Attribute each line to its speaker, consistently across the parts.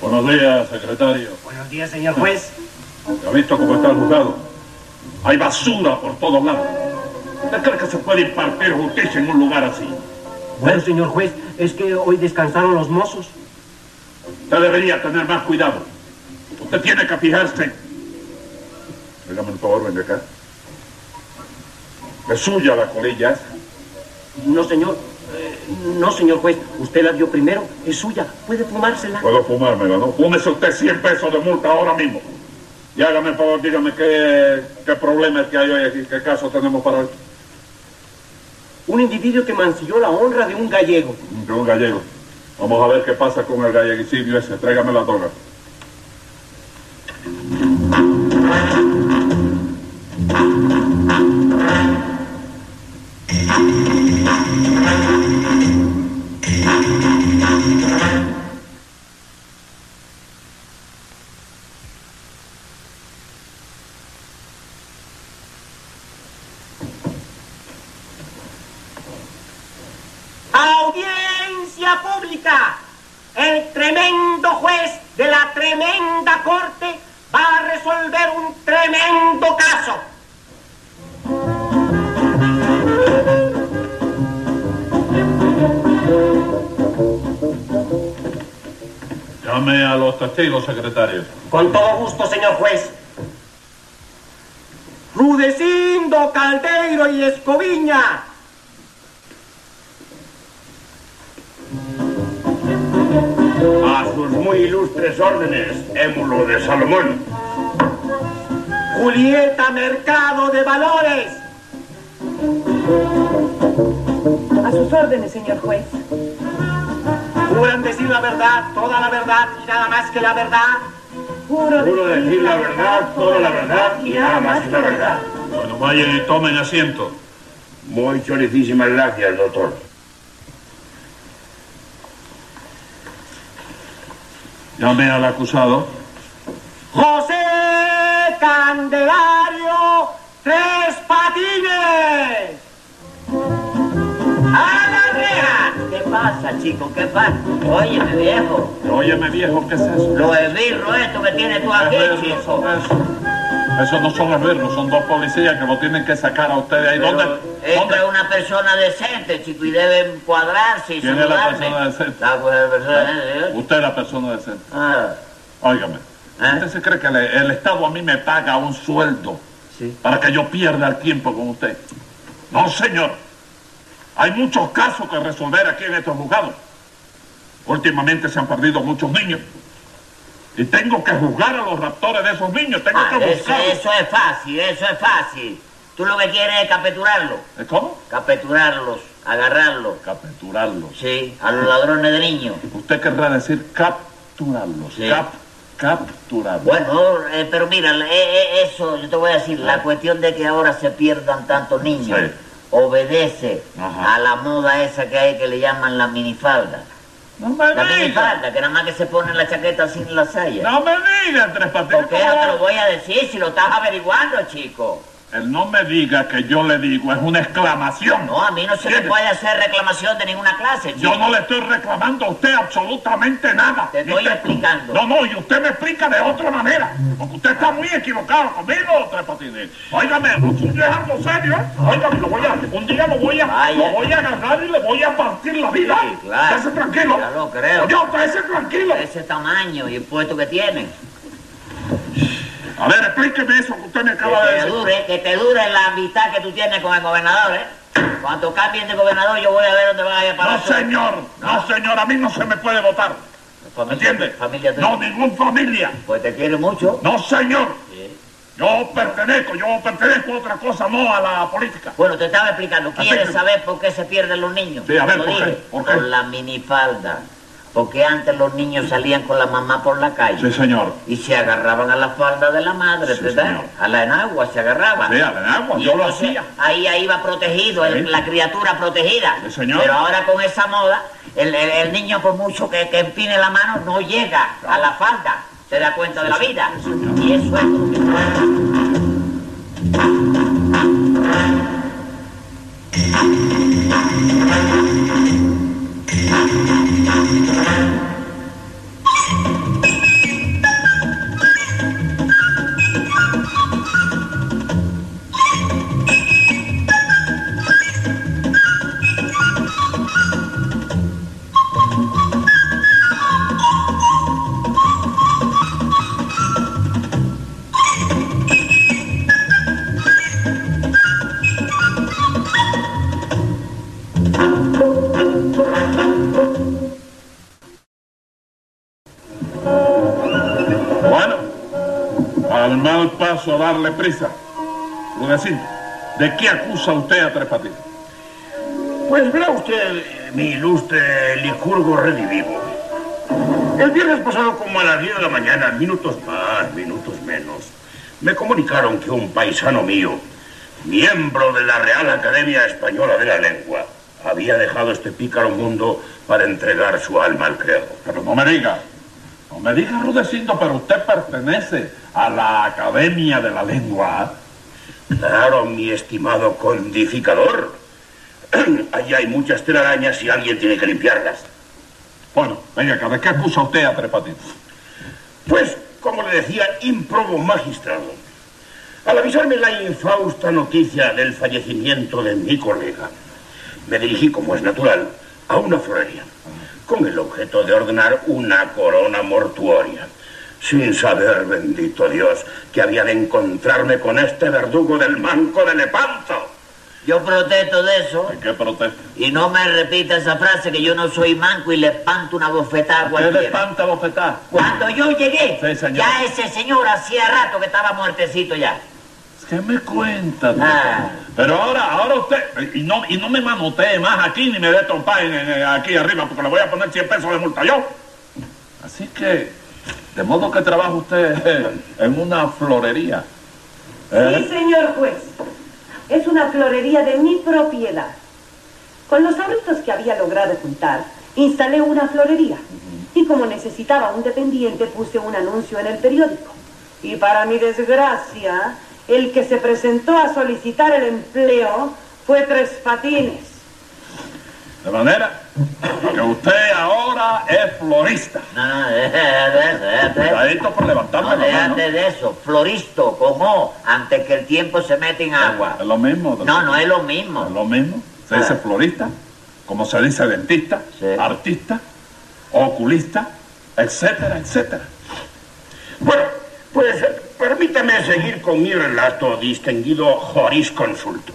Speaker 1: Buenos días, secretario.
Speaker 2: Buenos días, señor juez.
Speaker 1: ¿Ha visto cómo está el juzgado? Hay basura por todos lados. ¿Usted cree que se puede impartir justicia en un lugar así?
Speaker 2: Bueno, señor juez, es que hoy descansaron los mozos.
Speaker 1: Usted debería tener más cuidado. Usted tiene que fijarse. Hágame un favor, venga acá. ¿Es suya la colilla?
Speaker 2: No, señor. Eh, no, señor juez. Usted la vio primero. Es suya. Puede fumársela.
Speaker 1: Puedo fumármela, ¿no? Fúmese usted 100 pesos de multa ahora mismo. Y hágame el favor, dígame qué, qué problema es que hay hoy aquí, qué caso tenemos para hoy.
Speaker 2: Un individuo que mancilló la honra de un gallego.
Speaker 1: De un gallego. Vamos a ver qué pasa con el galleguicidio ese. Tráigame la toga.
Speaker 2: Audiencia pública. El tremendo juez de la tremenda corte va a resolver un tremendo caso.
Speaker 1: Llame a los testigos, secretario.
Speaker 2: Con todo gusto, señor juez. Rudecindo, Caldeiro y Escoviña.
Speaker 1: A sus muy ilustres órdenes, émulo de Salomón.
Speaker 2: Julieta Mercado de Valores.
Speaker 3: A sus órdenes, señor juez.
Speaker 2: Juran decir la verdad, toda la verdad y nada más que la verdad.
Speaker 3: Juro,
Speaker 4: Juro decir la verdad, toda la verdad y nada más que la verdad.
Speaker 1: Bueno, vayan y tomen asiento.
Speaker 4: Muchas muchísimas gracias, doctor.
Speaker 1: Llame al acusado.
Speaker 2: José Candelario Tres Patines. ¡A la reja!
Speaker 5: ¿Qué pasa, chico? ¿Qué pasa? Óyeme, viejo.
Speaker 1: Óyeme, viejo, ¿qué es eso?
Speaker 5: Lo esbirro esto que tienes tú aquí, chico.
Speaker 1: Eso, eso no son esbirros, son dos policías que lo tienen que sacar a usted de ahí. ¿Dónde?
Speaker 5: Entra
Speaker 1: ¿Dónde?
Speaker 5: una persona decente, chico, y debe encuadrarse y
Speaker 1: ¿Quién es la
Speaker 5: saludarme.
Speaker 1: persona decente?
Speaker 5: La pues, persona
Speaker 2: ¿eh?
Speaker 5: decente.
Speaker 1: Usted es la persona decente.
Speaker 5: Ah,
Speaker 1: Óigame.
Speaker 5: ¿Eh?
Speaker 1: ¿Usted se cree que le- el Estado a mí me paga un sueldo
Speaker 5: sí.
Speaker 1: para que yo pierda el tiempo con usted? No, señor. Hay muchos casos que resolver aquí en estos juzgados. Últimamente se han perdido muchos niños. Y tengo que juzgar a los raptores de esos niños. Tengo
Speaker 5: Ah,
Speaker 1: que
Speaker 5: eso,
Speaker 1: buscarlos.
Speaker 5: eso es fácil, eso es fácil. Tú lo que quieres es capturarlos.
Speaker 1: ¿Eh, ¿Cómo?
Speaker 5: Capturarlos, agarrarlos.
Speaker 1: Capturarlos.
Speaker 5: Sí, a los ladrones de niños.
Speaker 1: Usted querrá decir capturarlos.
Speaker 5: Sí.
Speaker 1: Cap, capturarlos.
Speaker 5: Bueno, eh, pero mira, eh, eh, eso yo te voy a decir, la cuestión de que ahora se pierdan tantos niños
Speaker 1: Sí.
Speaker 5: obedece
Speaker 1: Ajá.
Speaker 5: a la moda esa que hay que le llaman la minifalda.
Speaker 1: No me
Speaker 5: La
Speaker 1: diga.
Speaker 5: minifalda, que nada más que se pone la chaqueta sin la saya.
Speaker 1: No me diga, Tres Patines.
Speaker 5: Porque
Speaker 1: ¿cómo
Speaker 5: ya te
Speaker 1: va?
Speaker 5: lo voy a decir si lo estás averiguando, chico.
Speaker 1: El no me diga que yo le digo es una exclamación.
Speaker 5: No, a mí no se me
Speaker 1: ¿Entiendes?
Speaker 5: puede hacer reclamación de ninguna clase, chico.
Speaker 1: Yo no le estoy reclamando a usted absolutamente nada.
Speaker 5: Te
Speaker 1: Y
Speaker 5: estoy
Speaker 1: usted-
Speaker 5: explicando.
Speaker 1: No, no, y usted me explica de otra manera. Porque usted está muy equivocado conmigo, Tres Patines. Óigame, es algo serio. ¿eh? Óigame, lo voy a, un día lo voy a,
Speaker 5: Vaya.
Speaker 1: lo voy a agarrar y le voy a partir la vida.
Speaker 5: Sí, claro.
Speaker 1: Estése tranquilo.
Speaker 5: Ya lo creo.
Speaker 1: Yo, estése tranquilo.
Speaker 5: De Ese tamaño y el puesto que tiene.
Speaker 1: A ver, explíqueme Ah, eso que usted me
Speaker 5: Que
Speaker 1: acaba de
Speaker 5: te
Speaker 1: decir.
Speaker 5: dure, que te dure la amistad que tú tienes con el gobernador, ¿eh? Cuando cambien de gobernador yo voy a ver dónde van a ir para
Speaker 1: No, señor. No, señor, a mí no se me puede votar. ¿Me entiende?
Speaker 5: Familia tuya.
Speaker 1: No, ningún familia.
Speaker 5: Pues te quiere mucho.
Speaker 1: No, señor.
Speaker 5: Sí.
Speaker 1: Yo pertenezco, yo pertenezco a otra cosa, no a la política.
Speaker 5: Bueno, te estaba explicando. ¿Quieres
Speaker 1: Así que-
Speaker 5: saber por qué se pierden los niños?
Speaker 1: Sí, a ver,
Speaker 5: Lo
Speaker 1: ¿por qué?
Speaker 5: dije,
Speaker 1: ¿Por qué?
Speaker 5: Por la minifalda. Porque antes los niños salían con la mamá por la calle.
Speaker 1: Sí, señor.
Speaker 5: Y se agarraban a la falda de la madre,
Speaker 1: Sí,
Speaker 5: ¿verdad?
Speaker 1: señor.
Speaker 5: A la enagua se agarraban.
Speaker 1: Vea, en agua,
Speaker 5: Y
Speaker 1: yo lo
Speaker 5: entonces,
Speaker 1: hacía.
Speaker 5: Ahí, ahí va protegido, el-
Speaker 1: Sí.
Speaker 5: la criatura protegida.
Speaker 1: Sí, señor.
Speaker 5: Pero ahora con esa moda, el, el- el niño por mucho que, que empine la mano, no llega a la falda. Se da cuenta de la vida. Y eso es lo que...
Speaker 1: Al mal paso, darle prisa. Rudecindo, ¿de qué acusa usted a Tres Patines?
Speaker 4: Pues vea usted, eh, mi ilustre Licurgo redivivo. El viernes pasado, como a las 10 de la mañana, minutos más, minutos menos, me comunicaron que un paisano mío, miembro de la Real Academia Española de la Lengua, había dejado este pícaro mundo para entregar su alma al creador.
Speaker 1: Pero no me diga, no me diga, Rudecindo, pero usted pertenece a la Academia de la Lengua.
Speaker 4: Claro, mi estimado codificador. Allí hay muchas telarañas y alguien tiene que limpiarlas.
Speaker 1: Bueno, venga acá, ¿de qué acusa usted a Tres Patines?
Speaker 4: Pues, como le decía, improbo magistrado. Al avisarme la infausta noticia del fallecimiento de mi colega, me dirigí, como es natural, a una florería, con el objeto de ordenar una corona mortuoria, sin saber, bendito Dios, que había de encontrarme con este verdugo del manco de Lepanto.
Speaker 5: Yo protesto de eso
Speaker 1: ¿De qué protesta?
Speaker 5: y no me repita esa frase que yo no soy manco y le espanto una bofetada a
Speaker 1: ¿Qué le
Speaker 5: cualquiera.
Speaker 1: espanta bofetada?
Speaker 5: Cuando yo llegué,
Speaker 1: Sí, señor.
Speaker 5: ya ese señor hacía rato que estaba muertecito ya.
Speaker 1: ¿Qué me cuenta?
Speaker 5: Ah.
Speaker 1: Pero ahora, ahora usted, y no, y no me manotee más aquí, ni me dé trompa en- en- aquí arriba, porque le voy a poner 100 pesos de multa yo. Así que, de modo que trabaja usted eh, en una florería.
Speaker 3: Sí,
Speaker 1: ¿Eh?
Speaker 3: señor juez. Es una florería de mi propiedad. Con los ahorros que había logrado juntar, instalé una florería. Y como necesitaba un dependiente, puse un anuncio en el periódico. Y para mi desgracia, el que se presentó a solicitar el empleo fue Tres Patines.
Speaker 1: De manera que usted ahora es florista.
Speaker 5: No, no, déjate de eso, déjate de eso.
Speaker 1: Cuidadito por levantarme
Speaker 5: No,
Speaker 1: la mano.
Speaker 5: déjate de eso. Floristo, como antes que el tiempo se mete en agua.
Speaker 1: Es lo mismo.
Speaker 5: No, no es lo
Speaker 1: Es
Speaker 5: mismo.
Speaker 1: lo mismo. Se dice
Speaker 5: Ah.
Speaker 1: florista, como se dice dentista,
Speaker 5: Sí.
Speaker 1: artista, oculista, etcétera, etcétera.
Speaker 4: Bueno, pues eh, permítame seguir con mi relato, distinguido jurisconsulto.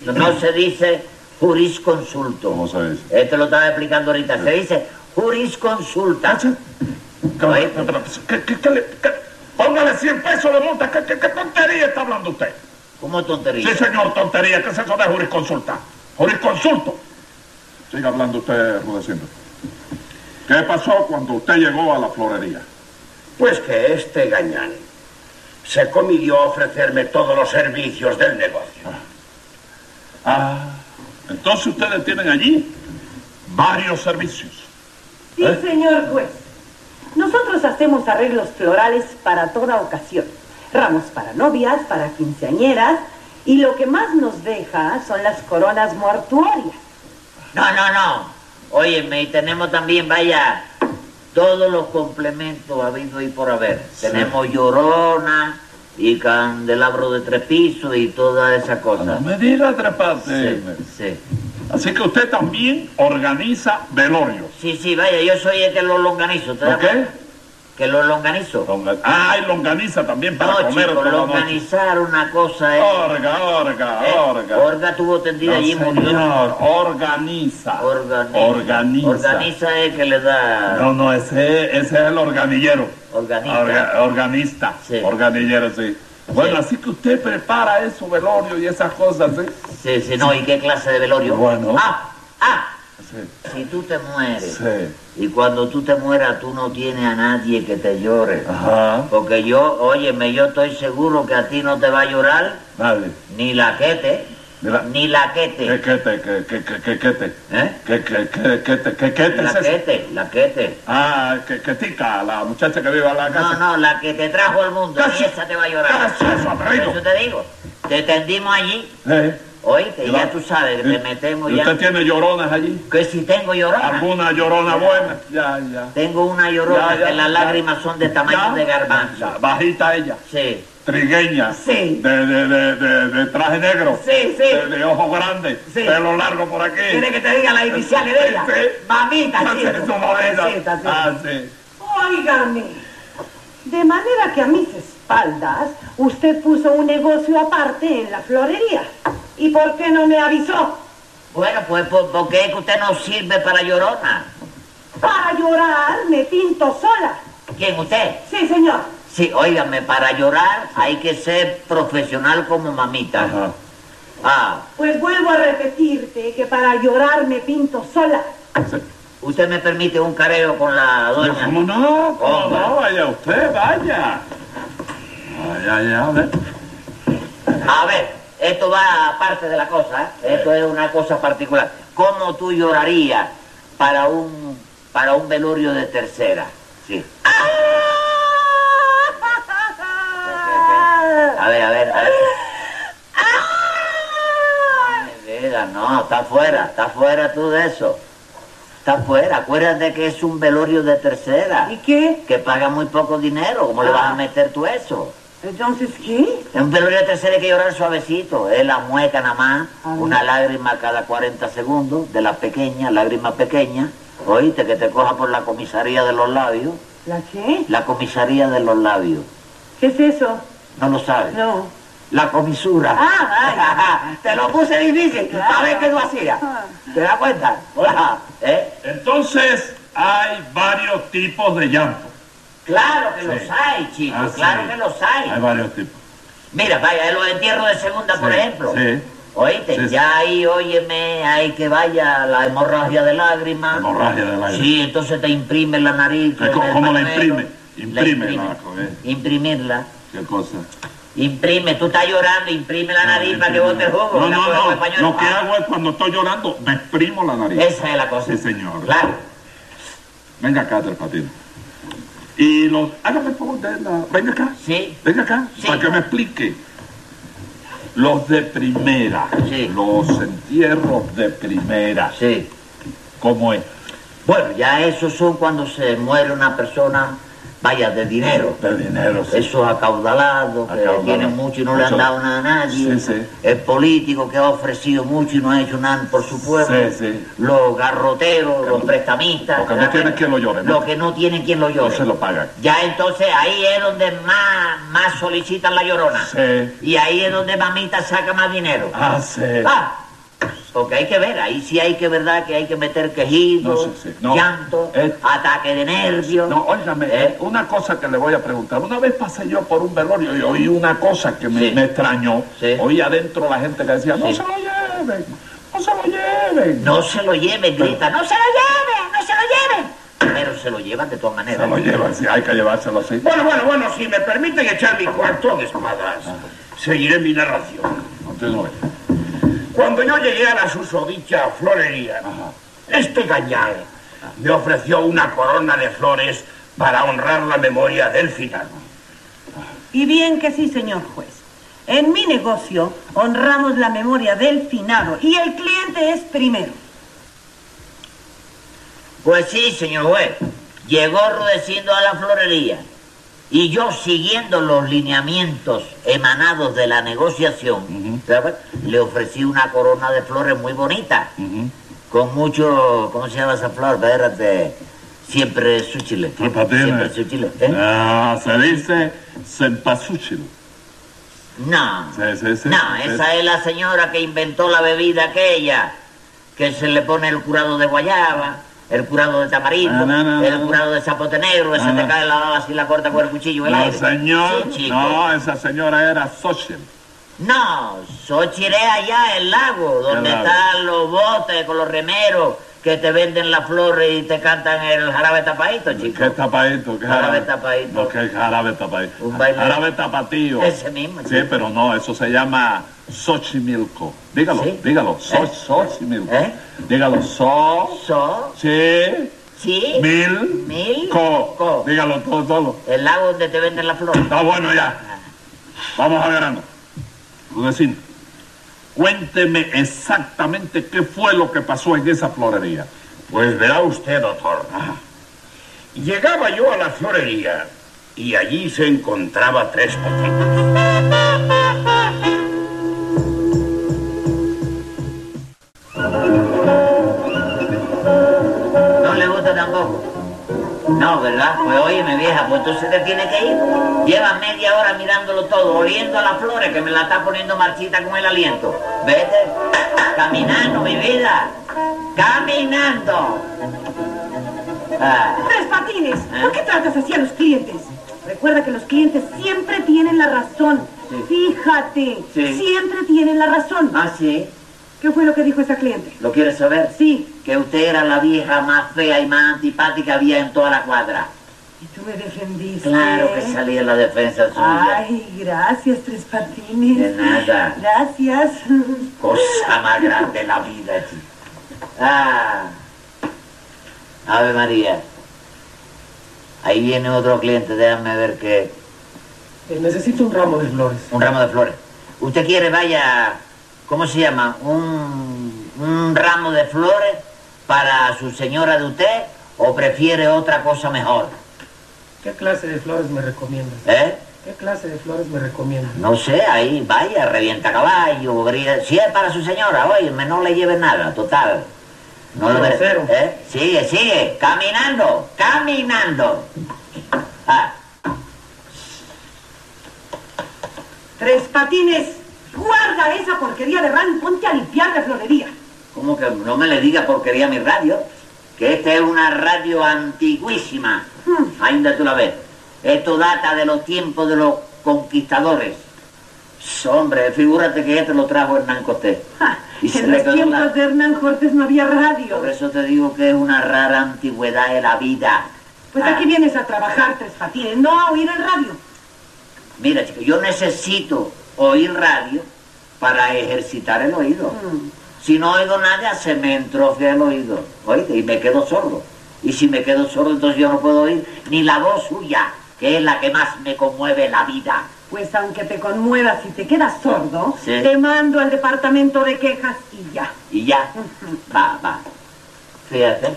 Speaker 5: No se dice jurisconsulto.
Speaker 1: ¿Cómo se dice?
Speaker 5: Este lo estaba explicando ahorita. Se dice jurisconsulta.
Speaker 1: Cacha. Pero,
Speaker 5: Oye.
Speaker 1: pero, ¿qué- qué- qué le- qué- Póngale 100 pesos de multa. ¿Qué, qué, qué tontería está hablando usted?
Speaker 5: ¿Cómo tontería?
Speaker 1: Sí, señor, tontería. ¿Qué es eso de jurisconsulta? Jurisconsulto. Siga hablando usted, Rudecindo. ¿Qué pasó cuando usted llegó a la florería?
Speaker 4: Pues que este gañán se comidió a ofrecerme todos los servicios del negocio.
Speaker 1: Ah, entonces ustedes tienen allí varios servicios.
Speaker 3: Sí,
Speaker 1: ¿Eh?
Speaker 3: señor juez. Nosotros hacemos arreglos florales para toda ocasión. Ramos para novias, para quinceañeras. Y lo que más nos deja son las coronas mortuorias.
Speaker 5: No, no, no. Óyeme, y tenemos también, vaya, todos los complementos habido y por haber. Tenemos llorona y candelabro de tres pisos y toda esa cosa.
Speaker 1: me diga tres partes.
Speaker 5: Sí, sí.
Speaker 1: Así que usted también organiza velorios.
Speaker 5: Sí, sí, vaya, yo soy el que lo longanizo. ¿te das
Speaker 1: ¿Ok?
Speaker 5: cuenta? Que lo longanizo.
Speaker 1: Longa- Ah, y longaniza también para
Speaker 5: No,
Speaker 1: comer
Speaker 5: chico,
Speaker 1: toda la noche.
Speaker 5: longanizar una cosa es...
Speaker 1: Orga, orga,
Speaker 5: eh,
Speaker 1: orga.
Speaker 5: Orga tuvo tendida
Speaker 1: No,
Speaker 5: allí, murió.
Speaker 1: señor, organiza.
Speaker 5: Organiza.
Speaker 1: Organiza.
Speaker 5: Organiza es que le da...
Speaker 1: No, no, ese, ese es el organillero.
Speaker 5: Organista.
Speaker 1: Orga- organista.
Speaker 5: Sí.
Speaker 1: Organillero, sí. Bueno, así que usted prepara eso, velorio y esas cosas, ¿sí?
Speaker 5: Sí, sí, no, ¿y qué clase de velorio?
Speaker 1: Bueno.
Speaker 5: Ah, ah,
Speaker 1: Sí.
Speaker 5: si tú te mueres
Speaker 1: sí.
Speaker 5: y cuando tú te mueras tú no tienes a nadie que te llore.
Speaker 1: Ah. Ajá.
Speaker 5: Porque yo, óyeme, yo estoy seguro que a ti no te va a llorar
Speaker 1: Nadie.
Speaker 5: ni la quete,
Speaker 1: Mira.
Speaker 5: ni la
Speaker 1: ¿Qué,
Speaker 5: quete.
Speaker 1: qué, te, qué, qué, qué, qué, qué, te?
Speaker 5: ¿Eh?
Speaker 1: ¿Qué, qué, qué, qué, te, qué, qué te es
Speaker 5: La
Speaker 1: eso?
Speaker 5: quete, la quete.
Speaker 1: Ah, que, que tica, la muchacha que vive en la
Speaker 5: No,
Speaker 1: casa.
Speaker 5: no, la que te trajo al mundo,
Speaker 1: Casi.
Speaker 5: y esa te va a llorar.
Speaker 1: ¿Qué es eso,
Speaker 5: Por
Speaker 1: atrevido?
Speaker 5: eso te digo, te tendimos allí,
Speaker 1: Eh,
Speaker 5: oíste,
Speaker 1: y
Speaker 5: y
Speaker 1: va-
Speaker 5: ya tú sabes,
Speaker 1: y-
Speaker 5: te metemos
Speaker 1: ¿y
Speaker 5: ya.
Speaker 1: ¿Usted tiene lloronas allí?
Speaker 5: Que si tengo llorona,
Speaker 1: ¿Alguna llorona buena? Ya, ya.
Speaker 5: tengo una llorona
Speaker 1: Ya, ya,
Speaker 5: que las
Speaker 1: ya.
Speaker 5: lágrimas son de tamaño
Speaker 1: Ya,
Speaker 5: de garbanzo.
Speaker 1: ya, bajita ella,
Speaker 5: Sí.
Speaker 1: trigueña,
Speaker 5: Sí.
Speaker 1: de, de, de, de, de traje negro,
Speaker 5: Sí, sí.
Speaker 1: de, de ojos grandes,
Speaker 5: Sí.
Speaker 1: pelo largo por aquí.
Speaker 5: ¿Quiere que te diga las iniciales de ella?
Speaker 4: Eh,
Speaker 1: Sí.
Speaker 5: Mamita,
Speaker 1: Ah, sí,
Speaker 5: chico.
Speaker 1: su mamita.
Speaker 5: Mamacita, sí.
Speaker 1: Ah, sí.
Speaker 3: Óigame. De manera que a mis espaldas usted puso un negocio aparte en la florería. ¿Y por qué no me avisó?
Speaker 5: Bueno, pues ¿por, por qué es que usted no sirve para llorona?
Speaker 3: Para llorar me pinto sola.
Speaker 5: ¿Quién usted?
Speaker 3: Sí, señor.
Speaker 5: Sí, óigame, para llorar hay que ser profesional como mamita.
Speaker 1: Ajá.
Speaker 5: Ah,
Speaker 3: Pues vuelvo a repetirte que para llorar me pinto sola.
Speaker 1: Sí.
Speaker 5: ¿usted me permite un careo con la
Speaker 1: Pero
Speaker 5: doña?
Speaker 1: ¿Cómo no? ¿Cómo
Speaker 5: Hombre.
Speaker 1: no? Vaya usted, vaya. Vaya, ya, a ver.
Speaker 5: A ver, esto va aparte de la cosa, ¿eh? esto es una cosa particular. ¿Cómo tú llorarías para un para un velorio de tercera? Sí. A ver, a ver, a ver.
Speaker 3: Ah.
Speaker 5: Ay, Mira, no, está fuera, está fuera tú de eso. Está fuera, acuérdate que es un velorio de tercera,
Speaker 3: ¿Y qué? Ah.
Speaker 5: que paga muy poco dinero, ¿cómo le vas a meter tú eso?
Speaker 3: Entonces, ¿qué?
Speaker 5: En un velorio de tercera hay que llorar suavecito, es la mueca nada más,
Speaker 3: Ah.
Speaker 5: una lágrima cada 40 segundos, de la pequeña, lágrima pequeña, oíste, que te coja por la comisaría de los labios,
Speaker 3: ¿La qué?
Speaker 5: la comisaría de los labios,
Speaker 3: ¿Qué es eso?
Speaker 5: no lo sabes,
Speaker 3: No.
Speaker 5: la comisura.
Speaker 3: Ah,
Speaker 5: te lo puse difícil, a ver qué tú hacías,
Speaker 3: Ah.
Speaker 5: ¿te das cuenta? ¿Eh?
Speaker 1: Entonces, hay varios tipos de llanto.
Speaker 5: Claro que
Speaker 1: Sí.
Speaker 5: los hay, chicos,
Speaker 1: Ah,
Speaker 5: claro
Speaker 1: sí.
Speaker 5: que los hay.
Speaker 1: Hay varios tipos.
Speaker 5: Mira, vaya, en los entierros de segunda, por
Speaker 1: Sí,
Speaker 5: ejemplo.
Speaker 1: sí.
Speaker 5: Oíste,
Speaker 1: Sí, sí.
Speaker 5: ya ahí, óyeme, ahí que vaya la hemorragia de lágrimas.
Speaker 1: Hemorragia de lágrimas.
Speaker 5: Sí, entonces te imprime la nariz.
Speaker 1: ¿Cómo-
Speaker 5: con el
Speaker 1: cómo la
Speaker 5: pañuelo.
Speaker 1: imprime? Imprime eh. la cosa,
Speaker 5: Imprimirla.
Speaker 1: ¿Qué cosa? Ah,
Speaker 5: Imprime, tú estás llorando, imprime la nariz para que bote el jugo.
Speaker 1: No,
Speaker 5: la
Speaker 1: no,
Speaker 5: coge
Speaker 1: no.
Speaker 5: con el pañuelo.
Speaker 1: Lo que
Speaker 5: Ah,
Speaker 1: hago es cuando estoy llorando, me exprimo la nariz.
Speaker 5: Esa es la cosa.
Speaker 1: Sí, señor.
Speaker 5: Claro.
Speaker 1: Venga acá, Tres Patines. Y los... Hágame el favor de la... Venga acá.
Speaker 5: Sí.
Speaker 1: Venga acá,
Speaker 5: Sí.
Speaker 1: para que me explique. Los de primera.
Speaker 5: Sí.
Speaker 1: Los entierros de primera.
Speaker 5: Sí.
Speaker 1: ¿Cómo es?
Speaker 5: Bueno, ya esos son cuando se muere una persona, vaya, de dinero.
Speaker 1: De dinero, sí.
Speaker 5: Esos acaudalados que
Speaker 1: Acaudalados.
Speaker 5: tienen mucho y no le han
Speaker 1: Mucho.
Speaker 5: dado nada a nadie.
Speaker 1: Sí, sí.
Speaker 5: El político que ha ofrecido mucho y no ha hecho nada por su pueblo.
Speaker 1: Sí, sí.
Speaker 5: Los garroteros, los
Speaker 1: no-
Speaker 5: prestamistas.
Speaker 1: los que no
Speaker 5: ¿verdad?
Speaker 1: tienen quien lo llore, ¿no?
Speaker 5: Los que no tienen quien lo llore.
Speaker 1: No se lo pagan.
Speaker 5: Ya entonces ahí es donde más, más solicitan la llorona.
Speaker 1: Sí.
Speaker 5: Y ahí es donde mamita saca más dinero.
Speaker 1: Ah, sí.
Speaker 5: Ah, porque hay que ver, ahí sí hay que, ¿verdad? Que hay que meter quejidos,
Speaker 1: No, sí, sí, no.
Speaker 5: llanto,
Speaker 1: Eh.
Speaker 5: ataque de nervios.
Speaker 1: No, óigame,
Speaker 5: ¿Eh?
Speaker 1: una cosa que le voy a preguntar. Una vez pasé yo por un velorio y oí una cosa que me,
Speaker 5: Sí.
Speaker 1: me extrañó.
Speaker 5: Sí.
Speaker 1: Oí adentro la gente que decía, no
Speaker 5: Sí.
Speaker 1: se lo lleven, no se lo lleven.
Speaker 5: No se lo lleven, grita, no se lo lleven, no se lo lleven. Pero se lo llevan de todas
Speaker 1: Se
Speaker 5: maneras.
Speaker 1: lo llevan, sí, hay que llevárselo así.
Speaker 4: Bueno, bueno, bueno, si me permiten echar mi cuarto de espadas, seguiré mi narración.
Speaker 1: Continúe.
Speaker 4: Cuando yo llegué a la susodicha florería, este gañán me ofreció una corona de flores para honrar la memoria del final.
Speaker 3: Y bien que sí, señor juez. En mi negocio honramos la memoria del finado y el cliente es primero.
Speaker 5: Pues sí, señor juez. Llegó Rudecindo a la florería y yo siguiendo los lineamientos emanados de la negociación, ¿se da cuenta? le ofrecí una corona de flores muy bonita,
Speaker 1: Ujú.
Speaker 5: con mucho, ¿cómo se llama esa flor? Espérate, siempre su chile.
Speaker 1: Tres Patines.
Speaker 5: Siempre su chile. ¿eh?
Speaker 1: Ah, se dice sempasuchil.
Speaker 5: No.
Speaker 1: Sí, sí, sí.
Speaker 5: No,
Speaker 1: Sí.
Speaker 5: esa es la señora que inventó la bebida aquella, que se le pone el curado de guayaba, el curado de
Speaker 1: No,
Speaker 5: tamarindo,
Speaker 1: no, no,
Speaker 5: el
Speaker 1: no.
Speaker 5: curado de zapote negro, esa
Speaker 1: No,
Speaker 5: te
Speaker 1: no.
Speaker 5: cae la baba así la corta con el cuchillo en el
Speaker 1: No,
Speaker 5: aire.
Speaker 1: señor.
Speaker 5: Sí, chico.
Speaker 1: no, esa señora era social.
Speaker 5: No, Xochitl es allá en el lago, donde
Speaker 1: El lago.
Speaker 5: están los botes con los remeros que te venden las flores y te cantan el jarabe tapadito, chico.
Speaker 1: ¿Qué tapadito? ¿Qué
Speaker 5: Jarabe tapadito.
Speaker 1: No, ¿qué jarabe tapadito?
Speaker 5: Un baile.
Speaker 1: Jarabe tapatío.
Speaker 5: Ese mismo,
Speaker 1: Sí,
Speaker 5: chico.
Speaker 1: pero no, eso se llama Xochimilco. Dígalo,
Speaker 5: Sí.
Speaker 1: dígalo. So-
Speaker 5: ¿Eh?
Speaker 1: Xochimilco.
Speaker 5: ¿Eh?
Speaker 1: Dígalo. So.
Speaker 5: So,
Speaker 1: chi-
Speaker 5: sí,
Speaker 1: Mil.
Speaker 5: Mil.
Speaker 1: Co.
Speaker 5: Co.
Speaker 1: Dígalo todo solo.
Speaker 5: el lago donde te venden las flores.
Speaker 1: Está Ah, bueno ya. Vamos a verano. Rudecindo, cuénteme exactamente qué fue lo que pasó en esa florería.
Speaker 4: Pues verá usted, doctor. Llegaba yo a la florería y allí se encontraba tres patitas.
Speaker 5: No le gusta tampoco. No, ¿verdad? Pues óyeme, vieja, pues entonces te tiene que ir. Llevas media hora mirándolo todo, oliendo a las flores que me la está poniendo marchita con el aliento. Vete, caminando, mi vida. Caminando. Ah, ¿Eh?
Speaker 3: Tres patines, ¿por qué tratas así a los clientes? Recuerda que los clientes siempre tienen la razón.
Speaker 5: Sí.
Speaker 3: Fíjate,
Speaker 5: Sí.
Speaker 3: siempre tienen la razón.
Speaker 5: Ah, sí,
Speaker 3: ¿Qué fue lo que dijo esa cliente?
Speaker 5: ¿lo quieres saber?
Speaker 3: Sí,
Speaker 5: Que usted era la vieja más fea y más antipática que había en toda la cuadra.
Speaker 3: y tú me defendiste.
Speaker 5: Claro que salí en la defensa suya.
Speaker 3: Ay, gracias, Tres Patines.
Speaker 5: De nada.
Speaker 3: Gracias.
Speaker 5: Cosa más grande la vida, chico. Ah. Ave María. Ahí viene otro cliente, déjame ver qué.
Speaker 6: Eh, necesito un ramo de flores.
Speaker 5: Un ramo de flores. ¿Usted quiere, vaya, ¿cómo se llama? Un, un ramo de flores para su señora de usted o prefiere otra cosa mejor?
Speaker 6: ¿Qué clase de flores me recomiendas?
Speaker 5: ¿Eh?
Speaker 6: ¿Qué clase de flores me recomiendas?
Speaker 5: No sé, ahí vaya, revienta caballo, brilla- Si es para su señora, óyeme, no le lleve nada, total. No le
Speaker 6: Grosero.
Speaker 5: ¿Eh? Sigue, sigue, caminando, caminando. Ah,
Speaker 3: Tres Patines, guarda esa porquería de ran, ponte a limpiar la florería.
Speaker 5: ¿cómo que no me le diga porquería a mi radio? Que esta es una radio antiguísima.
Speaker 3: Hmm.
Speaker 5: Ahí donde tú la ves. Esto data de los tiempos de los conquistadores. Hombre, figúrate que este lo trajo Hernán Cortés.
Speaker 3: Ja,
Speaker 5: Y se
Speaker 3: en
Speaker 5: le
Speaker 3: los
Speaker 5: quedó
Speaker 3: tiempos
Speaker 5: la-
Speaker 3: de Hernán Cortés no había radio.
Speaker 5: Por eso te digo que es una rara antigüedad de la vida.
Speaker 3: Pues
Speaker 5: Ah.
Speaker 3: aquí vienes a trabajar, Tres Patines, no a oír el radio.
Speaker 5: Mira, chico, yo necesito oír radio para ejercitar el oído.
Speaker 3: Mm.
Speaker 5: Si no oigo nada, se me entrofia el oído. Oíste, y me quedo sordo. Y si me quedo sordo, entonces yo no puedo oír ni la voz suya, que es la que más me conmueve la vida.
Speaker 3: Pues aunque te conmuevas y te quedas sordo,
Speaker 5: Sí.
Speaker 3: te mando al departamento de quejas y ya.
Speaker 5: Y ya, va, va. Fíjate.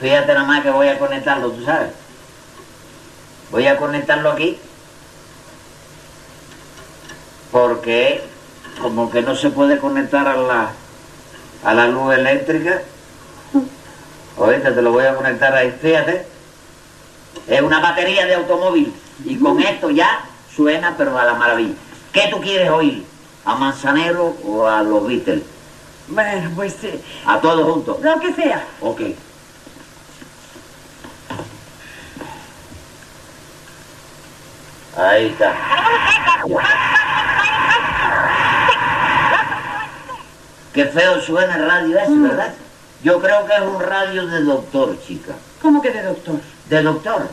Speaker 5: Fíjate nada más que voy a conectarlo, tú sabes. Voy a conectarlo aquí. Porque como que no se puede conectar a la, a la luz eléctrica. Ahorita te lo voy a conectar ahí, fíjate. Es una batería de automóvil. Y con esto ya suena, pero a la maravilla. ¿Qué tú quieres oír? ¿A Manzanero o a los Beatles?
Speaker 3: Bueno, pues eh,
Speaker 5: A todos juntos.
Speaker 3: lo que sea.
Speaker 5: Ok. Ahí está. Qué feo suena el radio ese, ¿verdad? Yo creo que es un radio de doctor, chica.
Speaker 3: ¿Cómo que de doctor?
Speaker 5: De doctor.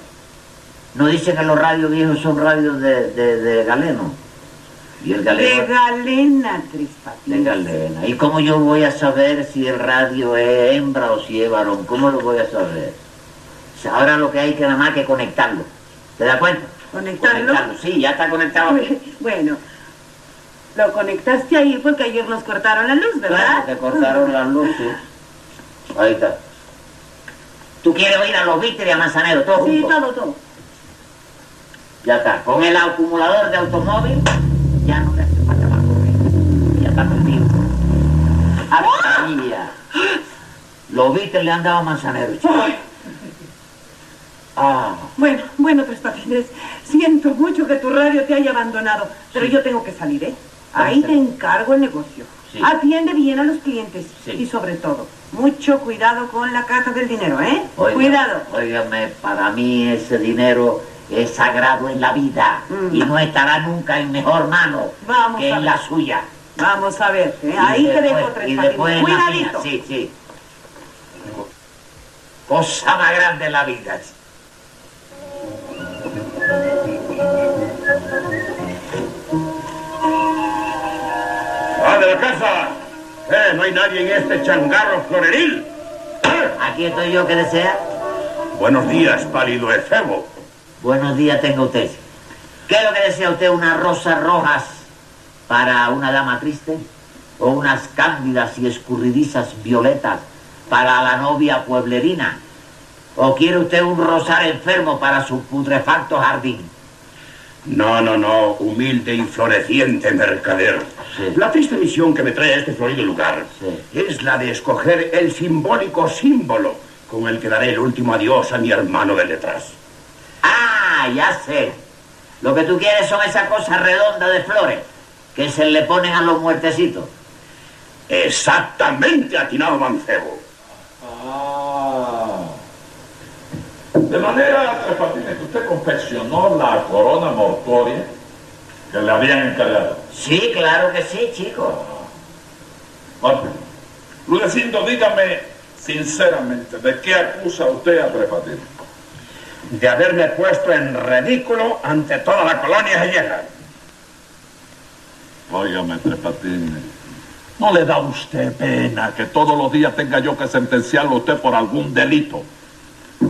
Speaker 5: No dice que los radios viejos son radios de, de- de galeno. Y el galeno.
Speaker 3: De Galena, Tres Patines.
Speaker 5: De galena. ¿Y cómo yo voy a saber si el radio es hembra o si es varón? ¿Cómo lo voy a saber? O sea, ahora lo que hay que nada más que conectarlo. ¿Te das cuenta?
Speaker 3: ¿Conectarlo?
Speaker 5: Sí, ya está conectado. aquí.
Speaker 3: Bueno, lo conectaste ahí porque ayer nos cortaron la luz, ¿verdad?
Speaker 5: Claro, te cortaron las luces. Ahí está. ¿Tú quieres oír a los Víctor y a Manzanero? Todos
Speaker 3: Sí,
Speaker 5: juntos?
Speaker 3: todo, todo.
Speaker 5: Ya está. Con el acumulador de automóvil, ya no le hace falta más correr. Ya está Ah, perdido.
Speaker 3: ¡Ah!
Speaker 5: Había. Los Beatles le han dado a Manzanero, chico. Ah,
Speaker 3: Bueno, bueno, Tres Patines, siento mucho que tu radio te haya abandonado, pero yo tengo que salir, ¿eh? Ahí
Speaker 5: Ah,
Speaker 3: te
Speaker 5: sí.
Speaker 3: encargo el negocio.
Speaker 5: Sí.
Speaker 3: Atiende bien a los clientes
Speaker 5: Sí.
Speaker 3: y sobre todo, mucho cuidado con la caja del dinero, ¿eh?
Speaker 5: oiga,
Speaker 3: Cuidado.
Speaker 5: Óigame, para mí ese dinero es sagrado en la vida
Speaker 3: Mm.
Speaker 5: y no estará nunca en mejor mano
Speaker 3: Vamos
Speaker 5: que
Speaker 3: a ver.
Speaker 5: en la suya.
Speaker 3: Vamos a ver, ¿eh?
Speaker 5: Y
Speaker 3: ahí te
Speaker 5: después-
Speaker 3: dejo
Speaker 5: y
Speaker 3: Tres
Speaker 5: después
Speaker 3: Patines.
Speaker 5: en la mía,
Speaker 3: Cuidadito.
Speaker 5: Sí, sí. Cosa más grande en la vida, chico.
Speaker 4: ¡Ah, de la casa! Eh, no hay nadie en este changarro floreril. Eh,
Speaker 5: Aquí estoy yo que desea.
Speaker 4: Buenos días, pálido efebo.
Speaker 5: Buenos días tenga usted. ¿Qué es lo que desea usted? ¿Unas rosas rojas para una dama triste? ¿O unas cándidas y escurridizas violetas para la novia pueblerina? ¿O quiere usted un rosal enfermo para su putrefacto jardín?
Speaker 4: No, no, no, humilde y floreciente mercader.
Speaker 5: Sí.
Speaker 4: La triste misión que me trae a este florido lugar
Speaker 5: Sí.
Speaker 4: es la de escoger el simbólico símbolo con el que daré el último adiós a mi hermano de letras.
Speaker 5: Ah, ya sé. Lo que tú quieres son esas cosas redondas de flores que se le ponen a los muertecitos.
Speaker 4: Exactamente atinado mancebo.
Speaker 1: Ah. De manera, Tres Patines, que usted confeccionó la corona mortuoria que le habían encargado.
Speaker 5: Sí, claro que sí, chico.
Speaker 1: Bueno, Rudecindo, dígame sinceramente, ¿de qué acusa usted a Tres Patines?
Speaker 4: de haberme puesto en ridículo ante toda la colonia llena.
Speaker 1: Óigame, Tres Patines, ¿no le da a usted pena que todos los días tenga yo que sentenciarlo a usted por algún delito?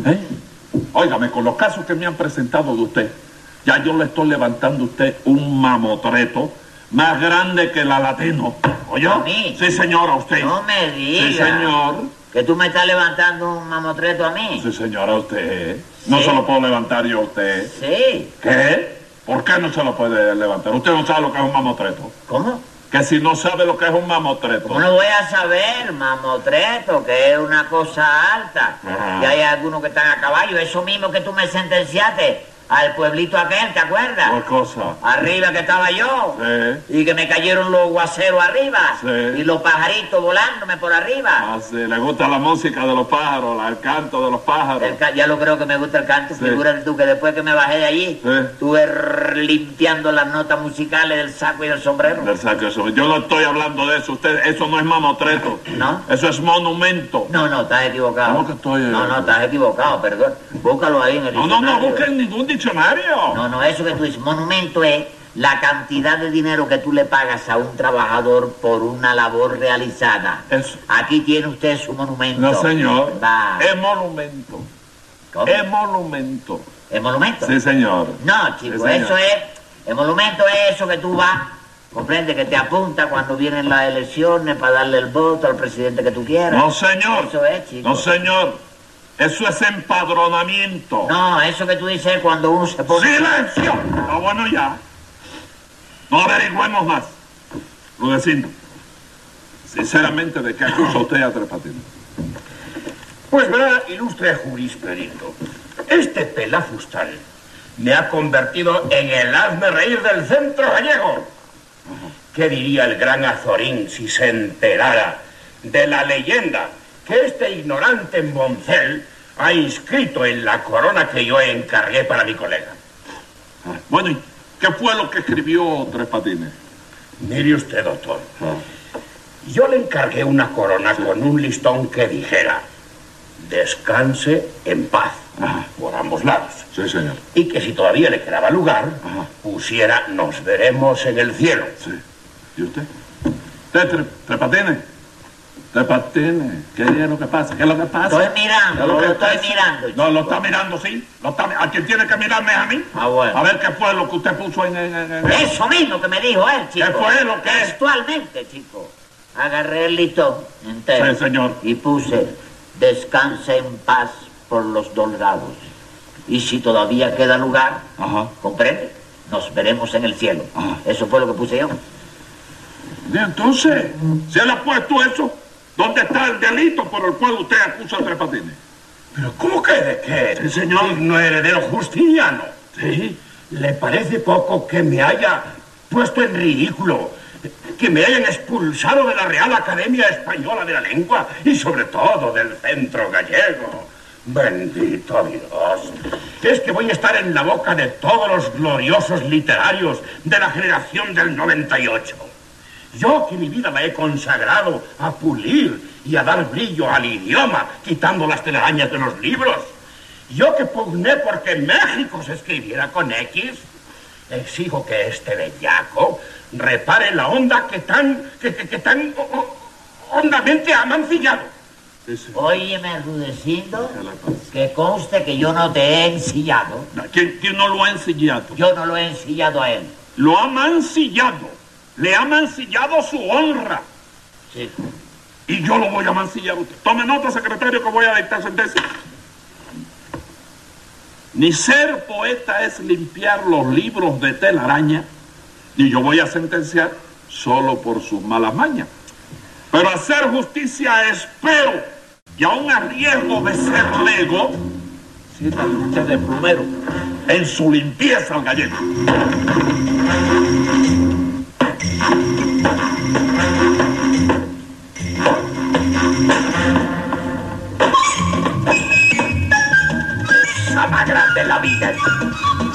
Speaker 1: ¿Eh? Óigame, con los casos que me han presentado de usted, ya yo le estoy levantando a usted un mamotreto más grande que la latino.
Speaker 5: ¿A
Speaker 1: ¿Oyó?
Speaker 5: mí?
Speaker 1: Sí, señora, usted.
Speaker 5: No me digas.
Speaker 1: Sí, señor.
Speaker 5: Que tú me estás levantando un mamotreto a mí.
Speaker 1: Sí, señora, usted. No
Speaker 5: Sí.
Speaker 1: se lo puedo levantar yo a usted.
Speaker 5: Sí.
Speaker 1: ¿Qué? ¿Por qué no se lo puede levantar? Usted no sabe lo que es un mamotreto.
Speaker 5: ¿Cómo?
Speaker 1: Que si no sabe lo que es un mamotreto.
Speaker 5: ¿Cómo no voy a saber, mamotreto, que es una cosa alta?
Speaker 1: Ajá.
Speaker 5: Y hay algunos que están a caballo. Eso mismo que tú me sentenciaste al pueblito aquel, ¿te acuerdas?
Speaker 1: ¿Qué cosa?
Speaker 5: Arriba que estaba yo.
Speaker 1: Pues Sí.
Speaker 5: Y que me cayeron los guaceros arriba.
Speaker 1: Sí.
Speaker 5: Y los pajaritos volándome por arriba.
Speaker 1: Ah, sí, le gusta la música de los pájaros, la- el canto de los pájaros.
Speaker 5: El ca- ya lo creo que me gusta el canto.
Speaker 1: Sí.
Speaker 5: Figúrate tú que después que me bajé de allí,
Speaker 1: Sí.
Speaker 5: estuve rrr- limpiando las notas musicales del saco y del sombrero.
Speaker 1: Del saco de su- Yo no estoy hablando de eso, usted, eso no es mamotreto.
Speaker 5: ¿No?
Speaker 1: Eso es monumento.
Speaker 5: No, no, estás equivocado.
Speaker 1: ¿Cómo que estoy, eh?
Speaker 5: No, no, estás equivocado, perdón. Búscalo ahí en el
Speaker 1: No, no, no,
Speaker 5: diccionario.
Speaker 1: busquen ningún diccionario.
Speaker 5: No, no, eso que tú dices, monumento es la cantidad de dinero que tú le pagas a un trabajador por una labor realizada.
Speaker 1: Eso.
Speaker 5: Aquí tiene usted su monumento.
Speaker 1: No, señor.
Speaker 5: Va.
Speaker 1: Es monumento.
Speaker 5: ¿Cómo?
Speaker 1: Es monumento.
Speaker 5: ¿El monumento?
Speaker 1: Sí, señor.
Speaker 5: No, chico,
Speaker 1: Sí, señor.
Speaker 5: eso es, el monumento es eso que tú vas, comprende, que te apunta cuando vienen las elecciones para darle el voto al presidente que tú quieras.
Speaker 1: No, señor.
Speaker 5: Eso es, chico.
Speaker 1: No, señor. Eso es empadronamiento.
Speaker 5: No, eso que tú dices es cuando uno se pone...
Speaker 1: ¡Silencio! Ah, bueno, ya. No averigüemos más. Rudecindo, sinceramente, ¿de qué acusa usted a Tres Patines?
Speaker 4: Pues verá, ilustre jurisperito, este pelafustal me ha convertido en el hazme reír del centro gallego. ¿Qué diría el gran Azorín si se enterara de la leyenda que este ignorante Moncel ha inscrito en la corona que yo encargué para mi colega?
Speaker 1: Ah, Bueno, ¿y qué fue lo que escribió Tres Patines?
Speaker 4: Mire usted, doctor. Ah. Yo le encargué una corona con un listón que dijera, descanse en paz,
Speaker 1: Ajá.
Speaker 4: por ambos lados.
Speaker 1: Ah, Sí, señor.
Speaker 4: Y que si todavía le quedaba lugar,
Speaker 1: Ajá.
Speaker 4: pusiera, nos veremos en el cielo.
Speaker 1: Sí. ¿Y usted? ¿Usted, Tres, Tres Patines? Tres Patines, ¿qué es lo que pasa? ¿Qué es lo que pasa?
Speaker 5: Estoy mirando,
Speaker 1: ¿Qué
Speaker 5: lo,
Speaker 1: Pues, es que
Speaker 5: estoy
Speaker 1: pasa?
Speaker 5: mirando.
Speaker 1: No, lo
Speaker 5: chico.
Speaker 1: está mirando, sí. Lo está mi- a quien tiene que mirarme es a mí.
Speaker 5: Ah, bueno.
Speaker 1: A ver qué fue lo que usted puso en... en- en- en-
Speaker 5: Eso mismo que me dijo él, chico.
Speaker 1: ¿Qué fue lo que es?
Speaker 5: Textualmente, chico. Agarré el listón entero.
Speaker 1: Sí, señor.
Speaker 5: Y puse, descanse en paz por los dolgados. Y si todavía queda lugar,
Speaker 1: Ajá.
Speaker 5: ¿comprende? Nos veremos en el cielo.
Speaker 1: Ajá.
Speaker 5: Eso fue lo que puse yo.
Speaker 1: Y entonces, si él ha puesto eso, ¿dónde está el delito por el cual usted acusa a Tres Patines?
Speaker 4: ¿Pero cómo que de qué? El señor no heredero Justiniano. ¿Sí? ¿Le parece poco que me haya puesto en ridículo? Que me hayan expulsado de la Real Academia Española de la Lengua y sobre todo del centro gallego. Bendito Dios. Es que voy a estar en la boca de todos los gloriosos literarios de la generación del 98. Yo que mi vida la he consagrado a pulir y a dar brillo al idioma, quitando las telarañas de los libros. Yo que pugné porque México se escribiera con X. Exijo que este bellaco repare la onda que tan, que, que- que tan o- o- hondamente ha mancillado.
Speaker 5: Óyeme, Rudecindo, que conste que yo no te he ensillado.
Speaker 1: ¿Quién, quién no lo ha ensillado?
Speaker 5: Yo no lo he ensillado a él.
Speaker 1: Lo ha mancillado. Le ha mancillado su honra.
Speaker 5: Chico.
Speaker 1: Y yo lo voy a mancillar a usted. Tome nota, secretario, que voy a dictar sentencia. Ni ser poeta es limpiar los libros de telaraña, ni yo voy a sentenciar solo por sus malas mañas. Pero hacer justicia espero, y aún a riesgo de ser lego, siéntate usted de plumero en su limpieza al gallego.
Speaker 4: ¡Santo
Speaker 1: cosa más grande en la vida.